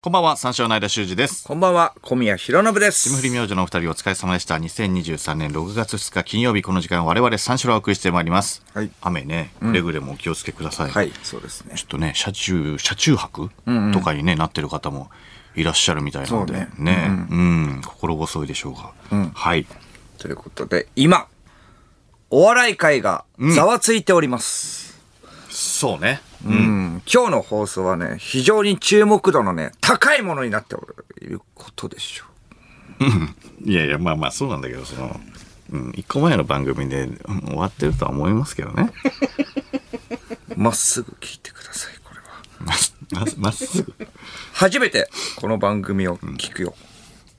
こんばんは、三四郎の間修二です。こんばんは、小宮浩信です。霜降り明星のお二人お疲れ様でした。2023年6月2日金曜日、この時間我々三四郎をお送りしてまいります。はい雨ね、くれぐれもお気をつけください。はい、そうですねちょ。っとね、車中、車中泊とかに、ねなってる方もいらっしゃるみたいなので、そうねうん、心細いでしょうが。はい。ということで、今、お笑い界がざわついております。そうね。うん、今日の放送はね、非常に注目度のね、高いものになっておるということでしょいやいや、まあまあ、そうなんだけど、その、うん、一個前の番組で、うん終わってるとは思いますけど ね。う。まっすぐ聞いてください、これは。まままっすぐ。初めてこの番組を聞くよ。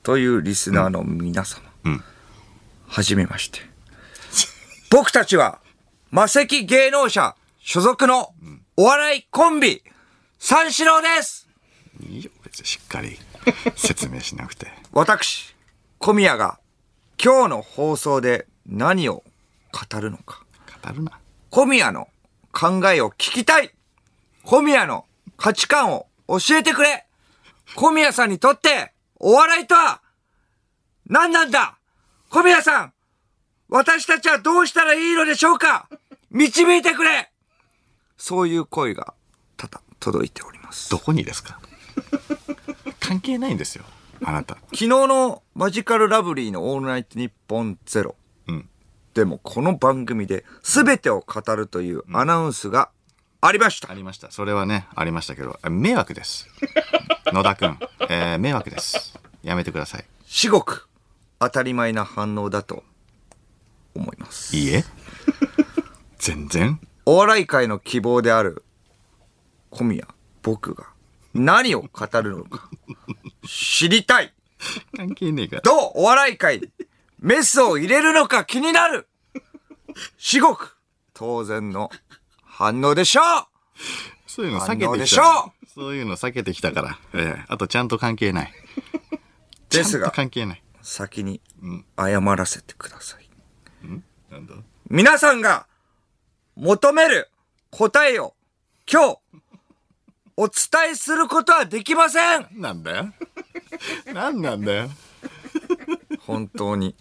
というリスナーの皆様。うんはじめまして。僕たちは、魔石芸能者所属のお笑いコンビ、三四郎ですいいよ、別にしっかり説明しなくて。私、小宮が今日の放送で何を語るのか。語るな。小宮の考えを聞きたい小宮の価値観を教えてくれ小宮さんにとってお笑いとは何なんだ小宮さん私たちはどうしたらいいのでしょうか導いてくれそういう声がただ届いております。どこにですか 関係ないんですよ、あなた。昨日のマジカルラブリーのオールナイトニッポンゼロ。うんでもこの番組で全てを語るというアナウンスがありましたあ。りました。それはね、ありましたけど、あ迷惑です。野田くん、えー迷惑です。やめてください。至極当たり前な反応だと思いますいいえ。全然。お笑い界の希望である小宮僕が何を語るのか知りたい関係ねえから。どうお笑い界にメスを入れるのか気になる至極当然の反応でしょそういうの避反応けてできしたょ。そういうの避けてきたから。えーあとちゃんと関係ない。うですちゃんがと関係ない。先に謝らせてくださいなんだ皆さんが求める答えを今日お伝えすることはできませんなんだよ。なんなんだよ。本当に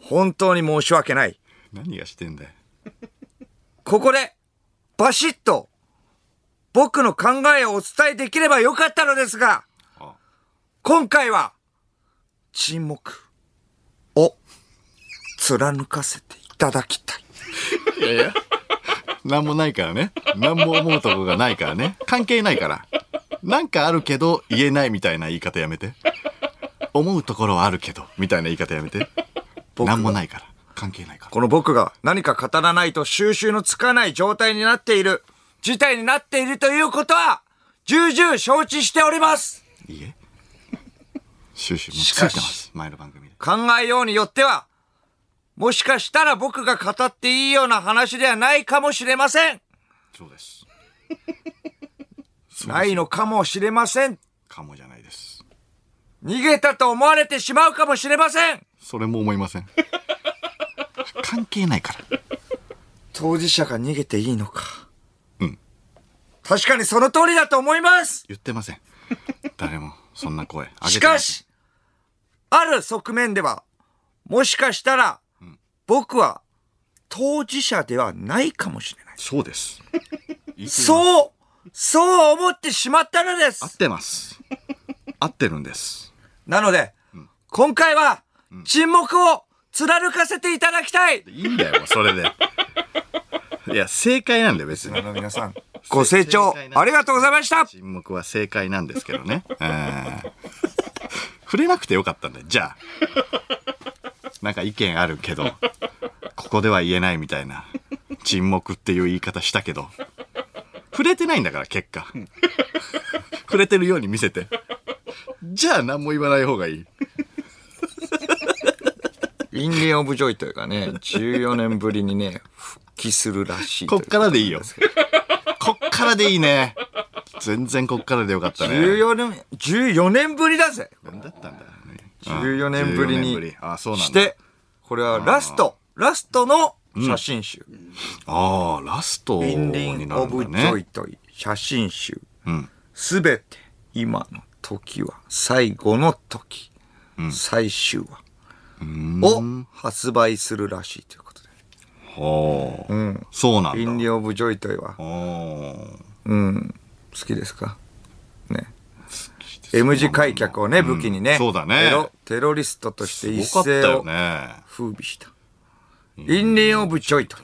本当に申し訳ない何がしてんだよ。ここでバシッと僕の考えをお伝えできればよかったのですがあ今回は沈黙を貫かせていただきたいいやいや。なんもないからね。なんも思うとこがないからね。関係ないから。なんかあるけど言えないみたいな言い方やめて。思うところはあるけど、みたいな言い方やめて。がなんもないから。関係ないから。この僕が何か語らないと収集のつかない状態になっている、事態になっているということは、重々承知しておりますいいえ。シュシュ、もうつしいてまかしす。前の番組で。考えようによっては、もしかしたら僕が語っていいような話ではないかもしれませんそうです。ないのかもしれませんかもじゃないです。逃げたと思われてしまうかもしれませんそれも思いません。関係ないから。当事者が逃げていいのか。うん。確かにその通りだと思います言ってません。誰も、そんな声。上げしてまかせん。し、ある側面では、もしかしたら、僕は当事者ではないかもしれない。そうです。うそう、そう思ってしまったので合っす。てます。合ってるんです。なので、今回は沈黙を貫かせていただきたい。いいんだよ、もうそれで。いや、正解なんだよ、別に。皆さん、ご清聴ありがとうございました。沈黙は正解なんですけどね。うん触れなくてよかったんだよ、じゃあ。なんか意見あるけど、ここでは言えないみたいな、沈黙っていう言い方したけど、触れてないんだから、結果。触れてるように見せて。じゃあ何も言わない方がいい。インディオブジョイというか ね、14年ぶりにね、復帰するらしいといこうっからでいいよ。こっからでいいね。全然こっからでよかったね。 14年、14年ぶりだぜ。何だったんだろうね14年ぶり14年にあそうなんだして、これはラスト、ラストの写真集。ああラストにビンなリるんン・オブ・ジだョねイという写真集うん。すべて今の時は、最後の時、最終話を発売するらしいということで。ほう、そうなインんデだ。ィオブジョイトイは、おうん、好きですかね。M 字開脚をね、武器にね、そうだねテロ、テロリストとして一すごかった世よをね。風靡した。インディオブジョイトイ。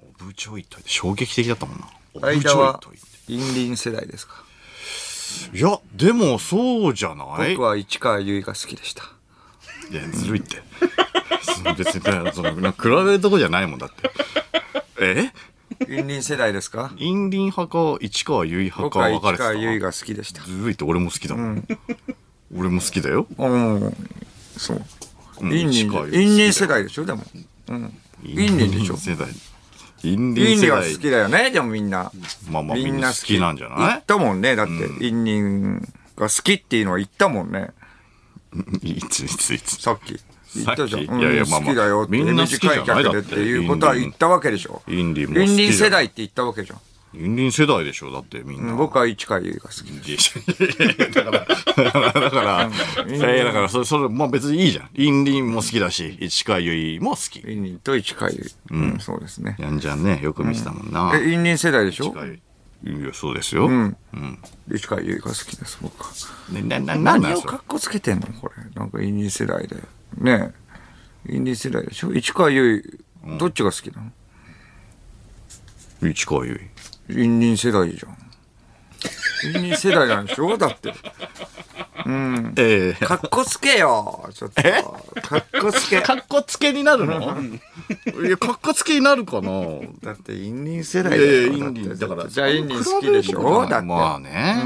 オブジョイトイって衝撃的だったもんな。オブジ間ョイはトイっインリン世代ですか。て。いや、でもそうじゃない僕は市川由衣が好きでした。いや、ずるいって。その別に、だからその、なんか比べるとこじゃないもんだって。えインリン世代ですかインリン派か市川由衣派僕かは分市かれてた川な由衣が好きでした。ずるいって俺も好きだもん。俺も好きだよ。うん、そう。んインリン市川由衣好きで、だよインリン世代でしょ、でも。うん。インリンでしょ世代。インリイン世ンリンは好代。きだよね、でもみんな。まあまあみんな好きなんじゃ言なったもんね、だって、インリンが好きっていうのは言ったもんね、いいついついつ。さっき。言ったじゃさっん。きうんいやいやまあまあ好きだよって。みんな好きじゃない M 字開脚でっていうことは言ったわけでしょ。インリンも好きじゃインんリン世代って言ったわけじゃん。インリン世代でしょだってみんうな。ん僕は市川由衣が好き。いやいやいやだから、だから、だから、いやいやだからそれ、それ、まあ別にいいじゃん。インリンも好きだし、市川由衣も好き。インリンと市川由衣。うん、そうですね。やんじゃんね、よく見てたもんな。え、インリン世代でしょはいいや、そうですよ。うん。市川由衣が好きです、僕は。ねな、な、なんな何んをそれかっこつけてんのこれなんかインディ世代でねえインディ世代でしょ市川由衣、どっちが好きなの市川由インディ世代じゃんインディ世代なんでしょだって衣。ええかっこつけよちょっとかっこつけかっこつけになるのいや、かっこつけになるかなだってインディ世代いやだいや、よインディンだから。じゃあインディ好きでしょだって、まあね。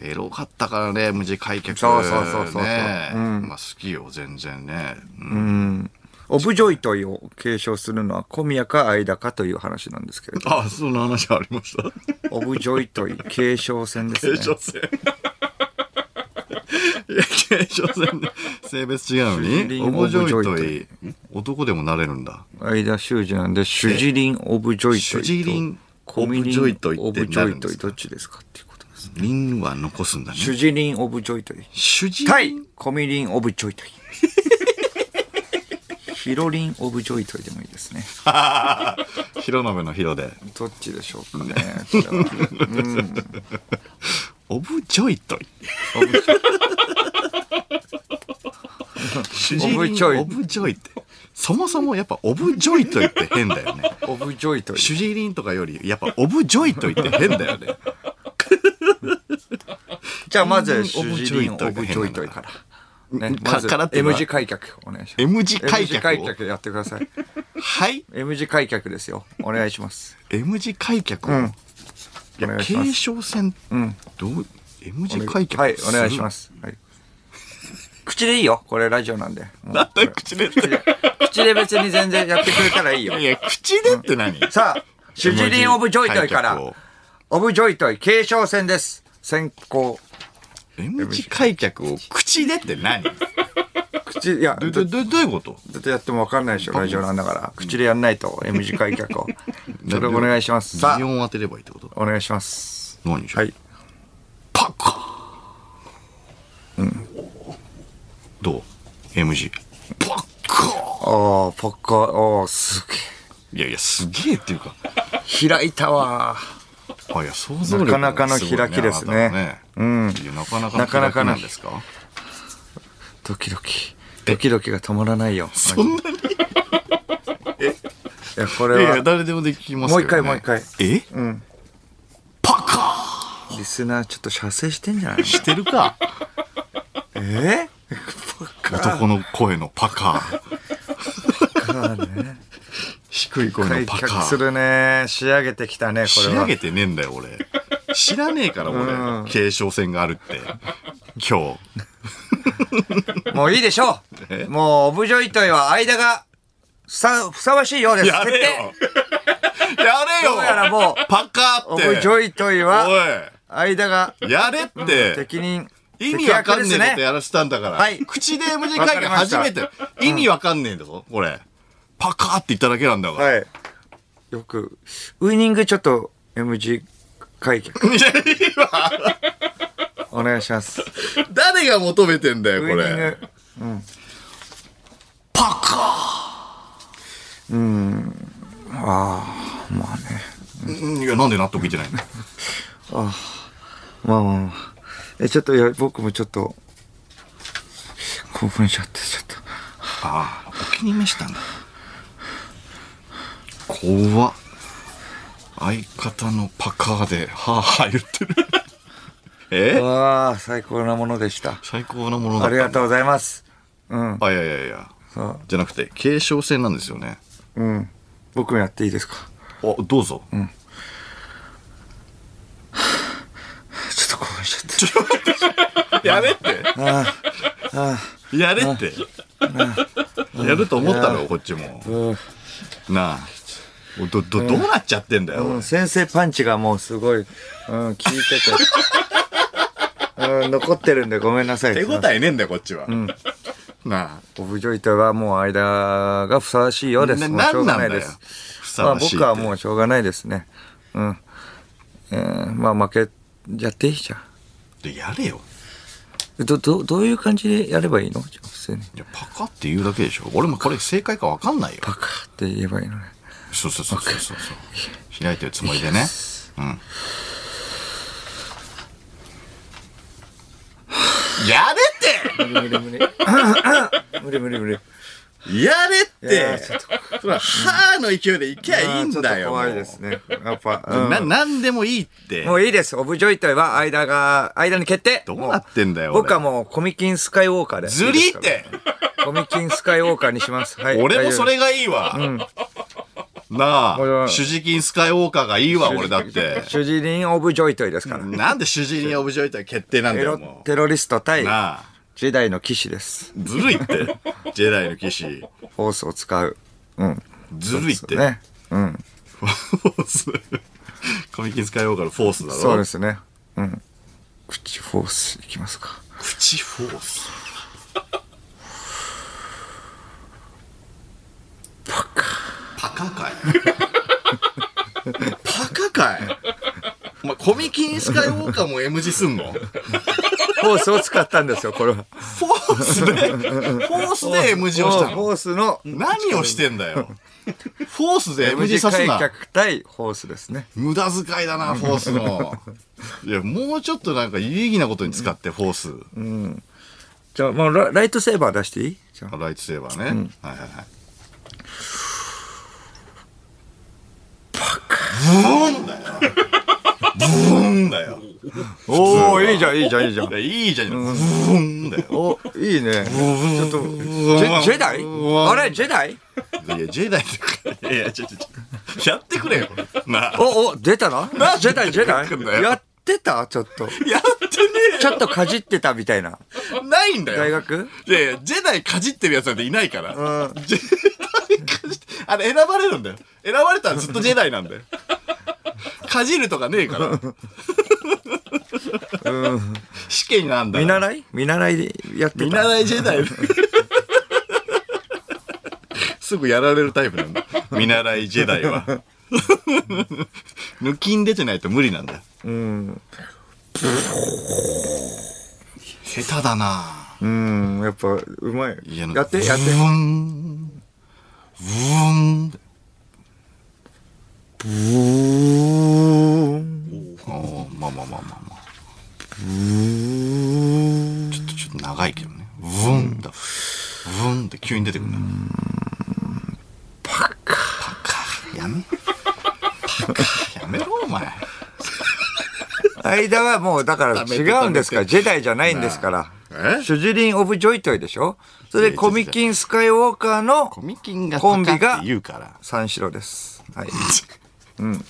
エロかったからね、無事開脚。そうそうそうそうそうねうんまあ好きよ、全然ね。うんオブジョイトイを継承するのは小宮か相田かという話なんですけれどあ、そんな話ありました。オ ブジョイトイ継承戦です継ね承戦。いや、継承戦で性別違う主のに人オブジョオイブトジョイ、男でもなれるんだ。間修二なんで、主治林オブジョイトイと。主治林コミリンオブジョイトイオってブジなョるんイでトすイかどっちですかっていうことです。リンは残すんだね。主治林オブジョイトイ。主人対コミリンオブジョイトイ。ヒロリンオブジョイトイでもいいですね。 広信の広で。どっちでしょうかね。これはオブジョイトイ。主人オブジョイオブジョイって。そもそもやっぱオブジョイトイって変だよね。オブジョイトイ。主人リンとかより、やっぱオブジョイトイって変だよね。じゃあまず、コ主ミリンオブジ治ョイトイ林オブジョイトイから。ね、かまずからっていうの M は字開脚お願いします。 M 字開脚を M 字開脚やってください。はい。 M 字開脚ですよ。お願いします。 M 字開脚を。んいおや、願いします継承戦。どう、M 字開脚はい、お願いしますす。はい。口でいいよ。これラジオなんで。る。もうなんだよ口でって。口で別に全然やってくれたらいいよい。や、口でって何さあ、主治林オブジョイトイか開ら脚を、オブジョイトイ継承戦です。先行。 M 字開脚を口でって何ど、口、いや、ど、ずど、どういうことっとやっても分かんないでしょ、ラジオなんだから。口でやんない と、M 字開脚を。それお願いします。さ擬あ、音当てればいいってことお願いします。何でしょうはい。パカうん。どう ?M 字。パカああ、ポッカ、ああ、すげいやいや、すげえっていうか。え。開いたわ。 あ、いや、想像力なかなかの開きですねううんん。いやなかなかの開きなんですかドキドキ。ドキドキが止まらないよ。そんなにいや、こいれやいや、は、誰でもできますけどね。もう一回もう一回。えうん。パカリスナーちょっと射精してんじゃないのーしてるか。え 男の声のパカー。低い声の開パカ脚すー。るね。仕上げてきたね、こ仕れ上は。げてねえんだよ、俺。知らねえから、う俺。継承戦があるって。今日。もういいでしょう。もう、オブジョイトイは間が、ふさ、ふさわしいようです。やれよ決定どうややれらよもう、パカーオっブて。ジョイトイは、お間が、い、やれって。適任。意味わかんねえこと適役ですね。やらせたんだから。はい口で M 字開脚初めて。意味わかんねえんだぞ、これ。パカーって言っただけなんだから。はい。よく、ウイニングちょっと、M 字開脚。いやいいわ。お願いします。誰が求めてんだよ、こウイニンれグ。パカまあね。ーいや、なんで納得いってないのまあまあまあ。え、ちょっと、いや、僕もちょっと、興奮しちゃって、ちょっと。ああ、お気に召したんだ。怖っ。相方のパカーで、はあはあ言 ってる。えわあ、最高なものでした。最高なものだありがう。とうございます。うん。あ、いやいやいや。そうじゃなくて、継承戦なんですよね。うん。僕もやっていいですかあ、どう ぞ。ちょっと興奮しちゃって。やれって。やれって。やると思ったのよ、こっちも。なあ。おど、ど、どうなっちゃってんだよ、う俺ん、先生パンチがもうすごい、うん、効いて て、うん、残ってるんでごめんなさい。手応えねえんだよ、こっちは。なあ。オブジョイトはもう間がふさわしいようです。なもうしょうがなななんいんでだよす。ふさまあわしいって僕はもうしょうがないですね。うん。えーまあ負け、やっていいじゃん。でやれよ。ど、ど、どういう感じでやればいいのじゃあ普通いに。や、パカって言うだけでしょ。俺もこれ正解かわかんないよ。バカって言えばいいのね。そうそうそうそうそう。開いてるつもりでね。うん。やれっ無理無理無理。 無理無理無理。て やれっいやてーちょっそれは、はーの勢いでいきゃいいんだよ。あーちょっと怖いですね。やっぱ。もうう。んな、なんでもいいって。もういいです。オブジョイトイは間が、間に決定。どうなってんだよもう俺僕はもうコミキンスカイウォーカーで。ずりーっいいでてすからコミキンスカイウォーカーにします。はい。俺もそれ大丈がいいわ。な俺あ、は主治金スカイウォーカーがいいわ、夫俺ですだって。主人人オブジョイトイですから。なんで主治にオブジョイトは決定なんだテロよ、もテロリストう。対なあ、ジェダイの騎士です。ずるいって。ジェダイの騎士。フォースを使う。うん。ずるいって。ね。うん。フォース。コミキンスカイウォーカーのフォースだろ。そうですね。うん。口フォースいきますか。口フォース。バカ。パカかい。パカかい。お前、コミキンスカイウォーカーも M 字すんのフォースを使ったんですよ、これは。フォースで、フォースで M 字をしたフォの。ースの何をしてんだよ。フォース で M M 字字さす開な。脚対フォースですね。無駄遣いだな、フォースの。いや、もうちょっとなんか有意義なことに使って、フォース。じゃあ、もうラライトセーバー出していいじゃあライトセーバーね。はいはいはい。バカ。ブーンだよ。ブーンだよ。おおいいじゃんいいじゃんいいじゃんいやいいじゃん。ブーンだよ。おいいねちょっとジェジェダイあれジェダイいや、ジェダイとか、いや、ちょちょちょ、やってくれよ。なあ。おお出たなジェダイジェダ出てくんだよイやってたちょっとやってねちょっとかじってたみたいなえよないんだよ。大学いやいや、ジェダイかじってるやつなんていないから。うんジェダイかじって、あれ選ばれるんだよ。選ばれたらずっとジェダイなんだよ。かじるとかねえから。試験なんだ見から。習い見習いでやって見た習いジェダイ。すぐやられるタイプなんだ。見習いジェダイは。抜きん出てないと無理なんだよ。うん下手だなうんやっぱうまい家のやってやってブーン。ブーン。ブーンおーまあまあまあまあまあ。ちょっとちょっと長いけどね。ブーンだ。ブーンって急に出てくるんだ。パカパカやめ。パカやめろお前。間はもうだから違うんです貯かめて貯ら、めてジェダイじゃないんですからなあえ。主ジュリン・オブ・ジョイトイでしょそれでコミキン・スカイウォーカーのコミキンがコンビパカがって言うから。三四郎です。はい。うん。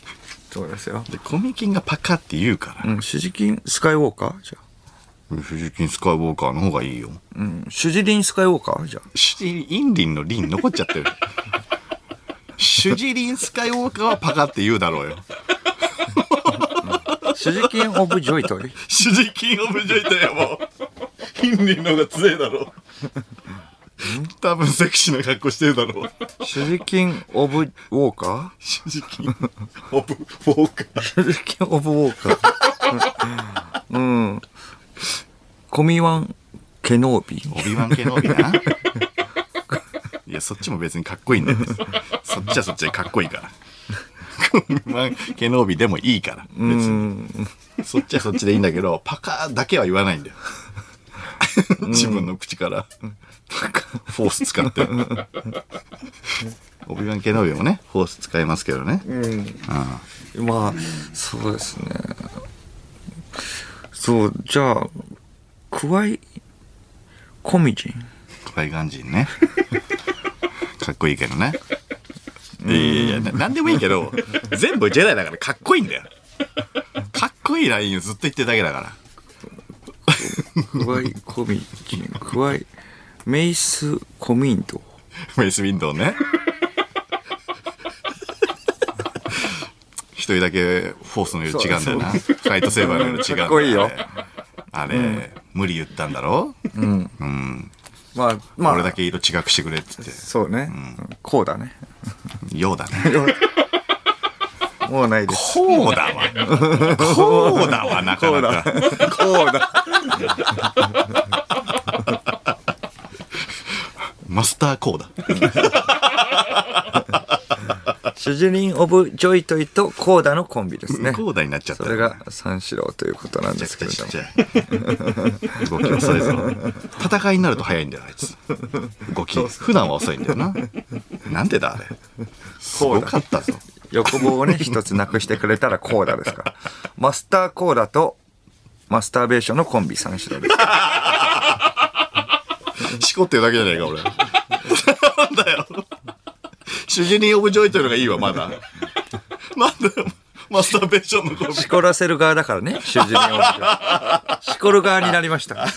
そうですよ。でコミキンがパカって言うから。うん、主ジキン・スカイウォーカーじゃあフジキンスカイウォーカーの方がいいよ。うん。主ジュリン・スカイウォーカーじゃあシインリンのリン残っちゃ ってる。シュジリンスカイウォーカーはパカって言うだろうよ。主ジキン・オブ・ジョイトイ。主人キンオブジョイトやもうヒンリーの方が強いだろ多分セクシーな格好してるだろう主ジキン・オブ・ウォーカ主人キンオブウォーカー主ジキン・オブ・ウォーカー。うん。コミワン・ケノービー。オビワン系の帯な。いや、そっちも別にかっこいいんだよ。そっちはそっちでかっこいいから。 オビワン系の帯でもいいから。別に。そっちはそっちでいいんだけど、パカーだけは言わないんだよ。自分の口から。パカーフォース使ってる。オビワン系の帯もね、フォース使いますけどね。まあ、そうですね。そう、じゃあ、クワイ・コミジン。海岸人ね。かっこいいけどね。いやいやいや、なんでもいいけど、全部ジェダイだからかっこいいんだよ。かっこいいラインをずっと言ってるだけだから。クワイ・コミジン。クワイ・メイス・コミント。メイスウィンドウね。 一人だけフォースの色違うんだよな。ファイトセーバーの色違うんだよ。かっこいいよあれ、あれ無理言ったんだろまあ、ま俺だあ、け色違くしてくれって言っそうね。こうだね。て。ようだね。もうないです。こうだわ。こうだわ、なかなか。こうだ。マスターこうだ。主人オブ・ジョイトイとコーダのコンビですね。こうだになっちゃったそよ。れが三四郎ということなんですけれちどっもち。ゃい。 動き遅いぞ。戦いになると早いんだよ、あいつ。動き。普段は遅いんだよな。なんでだ、あれ。すごかったぞ。欲望をね、一つなくしてくれたらコーダですから。 マスターコーダとマスターベーションのコンビ三四郎です。しこってるだけじゃないか、俺。なんだよ。主人にオブジョイというのがいいわ、まだ。まだ、マスターベーションのコンビしこらせる側だからね、主人を。しこる側になりま した。し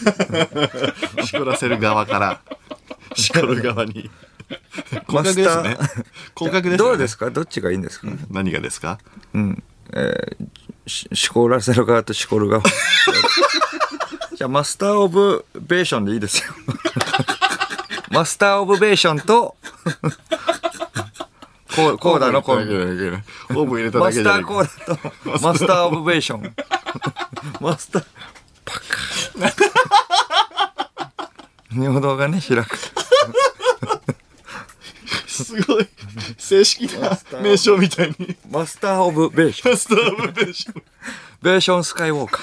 こらせる側から、しこる側に。マ広角スでタすーね。広角です、ね。どうですかどっちがいいんですか何がですかししこらせる側としこる側。 じゃあ、マスターオブベーションでいいですよ。 マスターオブベーションと、コーコーダのコンビ。オーブ入れただマけじスゃタないーコーダとマスターオブベーショ ン。マスター、パカ。尿道がね、開く。すごい正式な名称みたいにマスターオブベーション。マスターオブベーションベーションスカイウォーカ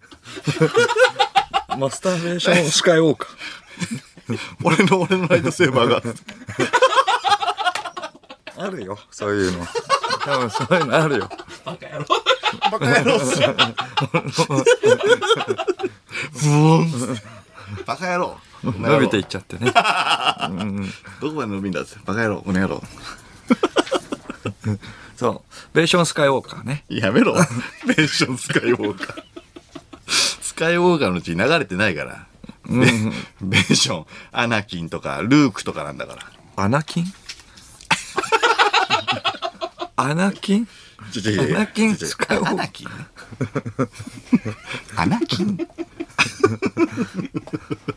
ー。マスターベーションスカイウォーカ俺の俺のライトセーバーがー。あるよ、そういうの。多分そういうのあるよ。バカ野郎っすよブオンバカ野郎伸びていっちゃってね。どこまで伸びんだっつってバカ野郎この野郎そう。ベーションスカイウォーカーね。やめろベーションスカイウォーカースカイウォーカーのうちに流れてないからベベーションアナキンとかルークとかなんだからアナ キンアナキンちょちょちょアナキンちょちょスカイウォーカア ーナキンねアナキン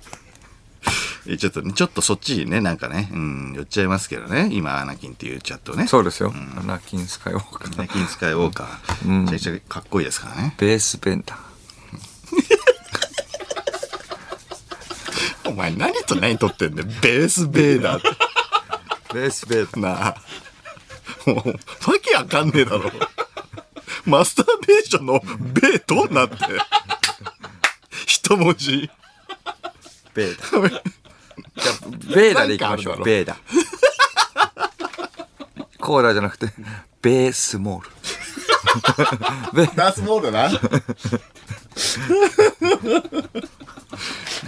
えちょっとね、ちょっとそっちにね、なんかね、うん、寄っちゃいますけどね、今、アナキンって言っちゃうとね。そうですよ。アナキンスカイウォーカー。アナキンスカイウォーカー、めちゃくちゃかっこいいですからね。ベースベンダー。お前、何と何撮ってんだよ、ベースベーダーって。ベースベンダー。なあ。もう、わけあかんねえだろ。マスターベーションのベートなって。一文字。ベーダー。じゃあ、ベーダーでいきましょなんかあるだろう。ベーダー。コー ラじゃなくて、ベースモール。ダースモールな。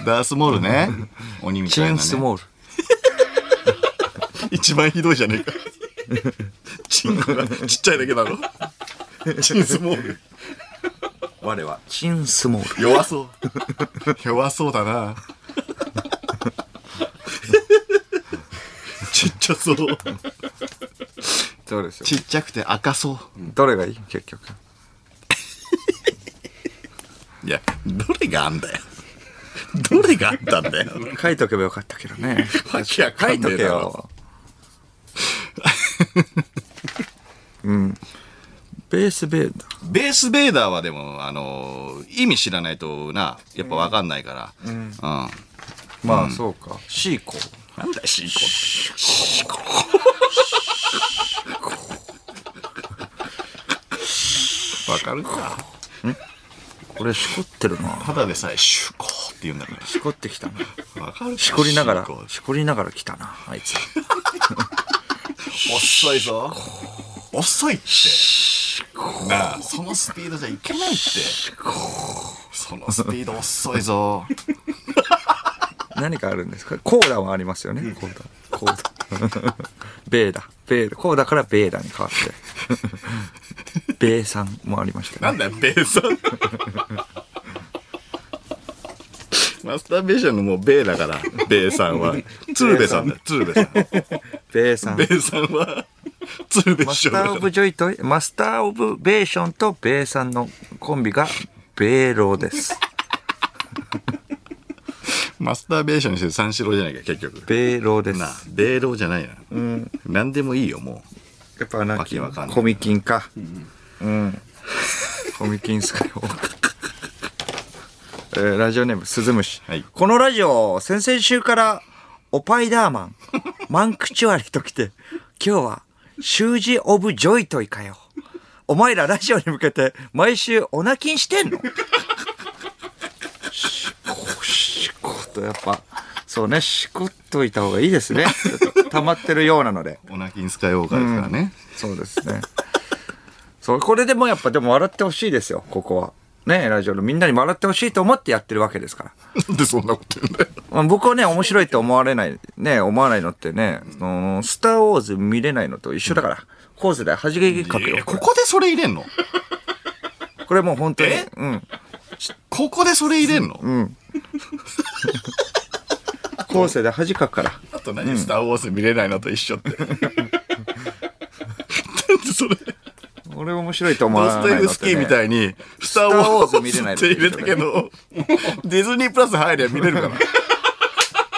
ダースモールね。鬼みチたいェな、ーね。ンスモール。一番ひどいじゃねえか。チンコがちっちゃいだけだろ。チンスモール。我は、チンスモール。弱そう。弱そうだな。ちっちゃそう。そうですよ。ちっちゃくて赤そう。どれがいい結局。いや、どれがあんだよ。どれがあったんだよ。書いとけばよかったけどね。わけわか 書んいとねえけだろ よ。うん。ベースベーダー。ベースベーダーはでも、あの、意味知らないとな、やっぱわかんないから。うん。まあ、そうか。シーコ。なんだよ、シーコって。シーコ。わかるか。俺、しこってるな。ただでさえ、シュコーって言うんだかしこってきたな。ら。わかるしこりながら、しこりながら来たな、あいつ。遅いぞ。遅いって。なあ、そのスピードじゃいけないって。そのスピード遅いぞ。何かあるんですかコーダはありますよね。コーダ。コーダ。ベーダ。ベーダ。コーダからベーダに変わって。ベーさんもありましたね。なんだよ、ベーさん。マスターベーションのもうベーだから、ベーさんは。鶴瓶さんだよ、鶴瓶さん。ベーさんベ。ーさんは、鶴瓶マ師ス匠タだかー・オら。ブ・ジョイと、マスター・オブ・ベーションとベーさんのコンビが、ベーローです。マスターベーションしてる三四郎じゃないか、結局。ベーローです。なあ、ベーローじゃないな。うん。何でもいいよ、もう。やっぱなんわけわかんか、ないコミキンか。うん。コミキンスカイウォーカー。 えーラジオネーム、鈴虫。はいこのラジオ、先々週から、オパイダーマ ン、マンクチュアリと来て、今日は、習字オブジョイトイかよ。お前らラジオに向けて、毎週オナキンしてんのしこ、しこと、やっぱ、そうね、しこっといた方がいいですね。ちょっと溜まってるようなので。オナキンスカイウォーカーですからね。そうですね。そう、これでもやっぱでも笑ってほしいですよ、ここは。ねラジオのみんなに笑ってほしいと思ってやってるわけですから。なんでそんなこと言うんだよ。まあ僕はね、面白いって思われない、ね思わないのってね、そのスターウォーズ見れないのと一緒だから、コースで恥じかくいやよ。ここでそれ入れんのこれもう本当にえ、うん。ここでそれ入れんの、コースで恥かくから。あと何、スター・ウォーズ見れないのと一緒って。 なんでそれ、俺面白いと思わドないストのと、ね。エフスキーみたいに、スター・ウォーズ見れないって入れたけど、ディズニープラス入りゃ見れるから。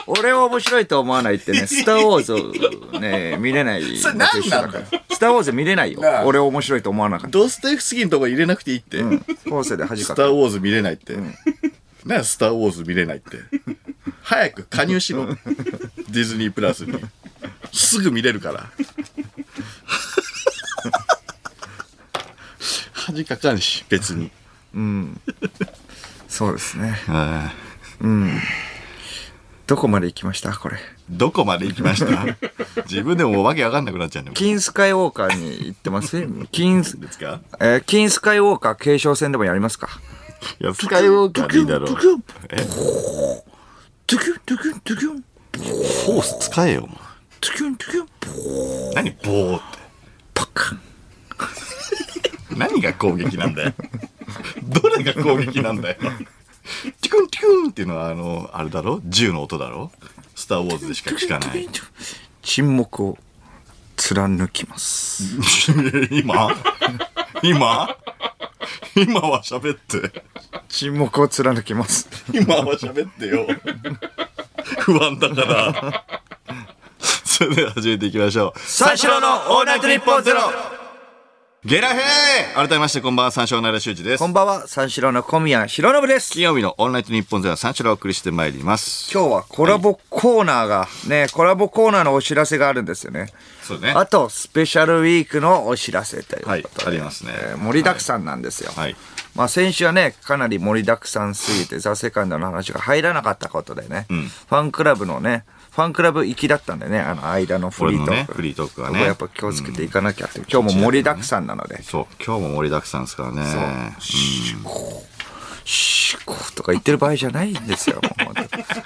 俺を面白いと思わないっ てね、スター・ウォーズをね、見れないそれのと何一緒なだんだかよら。スター・ウォーズ見れないよなあ。俺を面白いと思わなかっ ドストエフスキーのとこ入れなくていいって。た。コースで恥スかタく。ー・ウォーズ見れないって。なあスター・ウォーズ見れないって。早く加入しろ。ディズニープラスに。すぐ見れるから。恥かかんし、別に。そうですね。どこまで行きましたこれ。どこまで行きました 自分でもわけわかんなくなっちゃうん だよ。金スカイウォーカーに行ってます金ス、ですかえー金スカイウォーカー継承戦でもやりますかいや、スカイウォーカーでいいだろうド。キュンドキュンドキュンドキュンフォース使えよ、お前ドキュンドキュン何、ボーって。パッカン何が攻撃なんだよ。 どれが攻撃なんだよ。ティクンティクンっていうのは、あの、あれだろ銃の音だろスター・ウォーズでしか聞かない。 い沈黙を貫きます。や今今今は喋って。沈黙を貫きます。今は喋ってよ。不安だから。それでは始めていきましょう。三四郎のオールナイトニッポンゼロゲラヘー改めましてこんばんは、三照奈良修二ですこ。んばんは、三四郎の小宮浩信です。金曜日のオンライト日本では三四郎をお送りしてまいります。今日はコラボコーナーが、ね、コラボコーナーのお知らせがあるんですよね。そうね。あと、スペシャルウィークのお知らせということはいで。、ありますね。えー盛りだくさんなんですよ。はいまあ先週はね、かなり盛りだくさんすぎて、ザ・セカンドの話が入らなかったことでね、ファンクラブのね、ファンクラブ行きだったんでね、あの間のフリート俺ーのク。ねフリートークはねここやっぱ気をつけていかなきゃって、今日も盛りだくさんなので。そう、今日も盛りだくさんですからね。シコシコとか言ってる場合じゃないんですよ。もう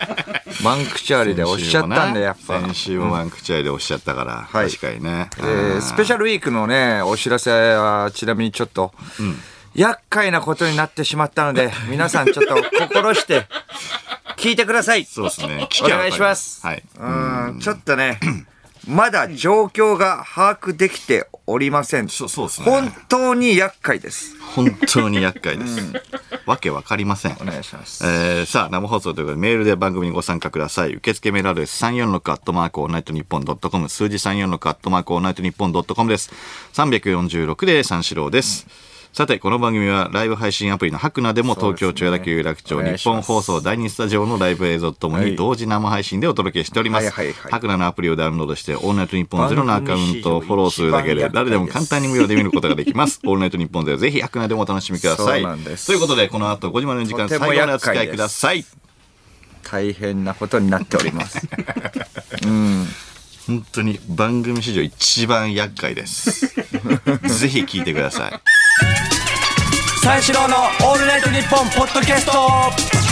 マンクチャーリでおっしゃったんで、やっぱ。先週もワンクチャイでおっしゃったから、い確かにね。えースペシャルウィークのね、お知らせは、ちなみにちょっと、厄介なことになってしまったので、 皆さんちょっと心して、聞いてください。そうですね。お願いします。はい。うん、ちょっとね、まだ状況が把握できておりません。そうそうです本ね。当に厄介です。本当に厄介です。わけわかりません。お願いします。えーさあ、生放送ということで、メールで番組にご参加ください。受付メールアドレス346アットマークオールナイトニッポンドットコム、数字346アットマークオールナイトニッポンドットコムです。346で三四郎です。さて、この番組はライブ配信アプリのハクナでもそう東です京千ね代田区有楽町お願い日します本放送第2スタジオのライブ映像とともはいに同時生配信でお届けしております。はいはいはいハクナのアプリをダウンロードして、オールナイトニッポンゼロのアカウントをフォローするだけで、誰でも簡単に無料で見ることができます。オールナイトニッポンゼロ、ぜひハクナでもお楽しみください。そうなんですということで、この後5時までの時間、とて最も後までお厄付介きです合いください。大変なことになっております。本当に番組史上一番厄介 です。ぜひ聞いてください。三四郎のオールナイトニッポンポッドキャスト